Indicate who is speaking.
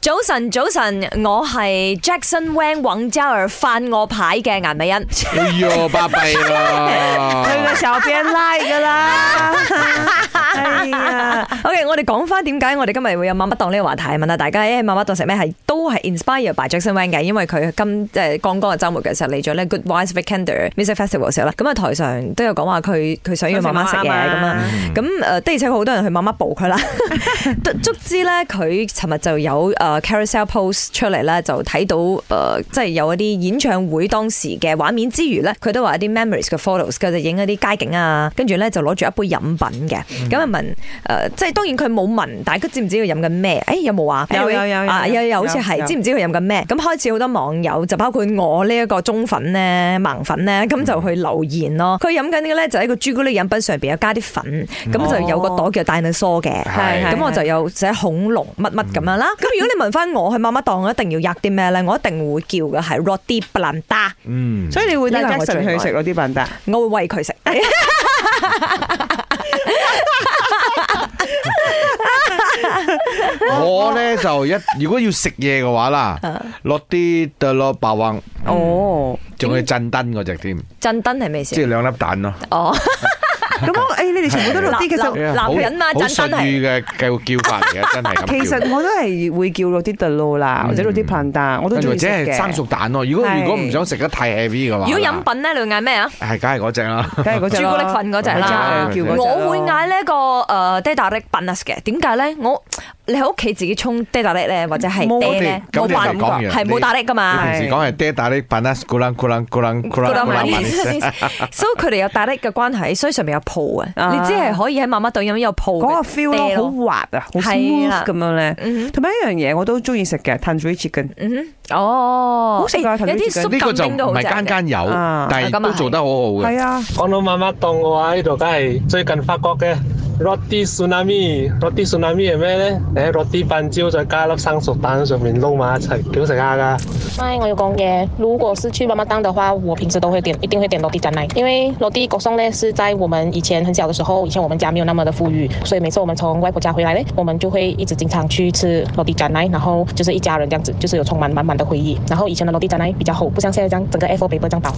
Speaker 1: 早晨，早晨，我係 Jackson Wang 王嘉爾翻我牌嘅顏美欣。
Speaker 2: 哎呦，巴閉啦！
Speaker 3: 佢個小編拉噶啦，哎呀，
Speaker 1: OK，我哋講翻點解我哋今日會有媽媽檔呢個話題，問下大家，誒媽媽檔食咩係都係 inspire by Jackson Wang 嘅，因為佢今即係剛剛嘅週末嘅時候嚟咗呢 Good Vibes Weekender Music Festival 嘅時候啦，咁啊台上都有講話佢佢想要媽媽食嘢咁啊。咁誒的而且確好多人去媽媽報佢啦。足之咧，佢尋日就有誒 carousel post 出嚟咧，就睇到誒、呃即係有一啲演唱會當時嘅畫面之餘咧，佢都話一啲 memories 嘅 photos，佢就影一啲街景啊，跟住咧就攞住一杯飲品嘅，
Speaker 3: 嗯
Speaker 1: 咁啊、問誒、呃即係當然佢冇問，但係佢知唔知佢飲緊咩？誒有冇話？
Speaker 3: 有有有有
Speaker 1: 啊有有，好似
Speaker 3: 有
Speaker 1: 係
Speaker 3: 有
Speaker 1: 知唔知佢飲緊咩？咁開始好多網友就包括我呢一個中粉咧、盲粉咧，咁就去留言咯。佢飲緊嘅咧就係一個朱古力飲品上邊有加啲粉，咁就有個
Speaker 3: 哦
Speaker 1: 朵叫 dinosaur 嘅。
Speaker 2: 係
Speaker 1: 咁我就有寫恐龍乜乜咁樣啦。咁如果你問翻我去媽媽檔，我一定要吔啲咩咧？我一定會叫嘅係 roti blanda，
Speaker 2: 嗯，
Speaker 3: 所以你會帶
Speaker 1: 呢個係我最
Speaker 3: Jackson
Speaker 1: 愛
Speaker 3: 去食嗰啲笨蛋，
Speaker 1: 我會餵佢食。哦
Speaker 2: 我咧就一如果要食嘢嘅話啦，
Speaker 1: 啊
Speaker 2: 落啲特洛白雲，
Speaker 1: 嗯
Speaker 3: 哦，
Speaker 2: 仲係震燈嗰只添，
Speaker 1: 震燈係咩意思啊
Speaker 2: 即？係兩粒蛋咯。哎
Speaker 1: 哦，
Speaker 3: 咁我誒你哋全部都落啲，其
Speaker 1: 男
Speaker 3: 實
Speaker 1: 哦男人嘛，
Speaker 2: 好
Speaker 1: 震
Speaker 2: 好
Speaker 1: 燈
Speaker 2: 術語
Speaker 1: 係。
Speaker 2: 嘅嘅叫法 嚟嘅，真係咁叫。
Speaker 3: 其實我都係會叫落啲特魯啦，或者落啲笨蛋，我都
Speaker 2: 跟住
Speaker 3: 中
Speaker 2: 或
Speaker 3: 意食
Speaker 2: 者
Speaker 3: 嘅。
Speaker 2: 係生熟蛋咯。如果
Speaker 3: 係
Speaker 2: 如果唔想食得太 heavy 嘅話，
Speaker 1: 如果飲品咧，你會嗌咩啊？
Speaker 2: 係梗係嗰 只啦。
Speaker 3: 梗係嗰
Speaker 1: 朱
Speaker 3: 只
Speaker 1: 古力粉嗰只啦
Speaker 2: 係，
Speaker 3: 叫嗰隻咯
Speaker 1: 我會嗌呢一呃個誒 d a t a r i c bananas 嘅，點解咧？我你喺屋企自己沖 d a t a r i c 咧，或者係
Speaker 3: 冇
Speaker 1: 爹咧，
Speaker 2: 咁
Speaker 1: 冇
Speaker 2: 你
Speaker 1: 辦
Speaker 2: 就講完
Speaker 1: 係冇
Speaker 2: 你
Speaker 1: d a 噶
Speaker 2: 你
Speaker 1: 嘛。
Speaker 2: 平時講係爹打啲 banana gulang gulang gulang
Speaker 1: 嗰
Speaker 2: gulang
Speaker 1: 粒
Speaker 2: gulang
Speaker 1: 所以佢哋有 d a t a r i c 嘅關係，所以上面有泡啊，
Speaker 3: 啊
Speaker 1: 你只係可以喺媽媽檔飲有泡
Speaker 3: 嗰個
Speaker 1: 嘅
Speaker 3: feel
Speaker 1: 爹
Speaker 3: 咯，好滑啊，好
Speaker 1: 係啦
Speaker 3: smooth 咁樣咧。
Speaker 1: 嗯
Speaker 3: 同埋一樣嘢我都中意食嘅 tandoori chicken，
Speaker 1: 嗯哼，哦，
Speaker 3: 好食㗎
Speaker 1: 欸
Speaker 3: 頭
Speaker 1: 有
Speaker 3: 先
Speaker 1: 啲
Speaker 3: 食 緊
Speaker 1: 粟
Speaker 2: 呢個
Speaker 1: 咁
Speaker 2: 就
Speaker 1: 丁都
Speaker 2: 唔
Speaker 1: 好正
Speaker 2: 係間
Speaker 1: 嘅。
Speaker 2: 間有
Speaker 3: 啊，
Speaker 2: 但係
Speaker 1: 咁啊
Speaker 2: 都做得好好嘅
Speaker 3: 係。啊，
Speaker 4: 講到媽媽檔嘅話，呢度梗係最近法國嘅 roti tsunami，roti tsunami 係咩咧？你喺 roti 笨椒再加粒生熟蛋上面撈埋一齊，幾好食下㗎。
Speaker 5: 麦我有讲嘅，如果是去妈妈档的话，我平时都会点，一定会点罗蒂蘸奶，因为罗蒂狗送呢是在我们以前很小的时候，以前我们家没有那么的富裕，所以每次我们从外婆家回来呢，我们就会一直经常去吃罗蒂蘸奶，然后就是一家人这样子，就是有充满满满的回忆。然后以前的罗蒂蘸奶比较厚，不像现在这样整个 F O paper 这样薄。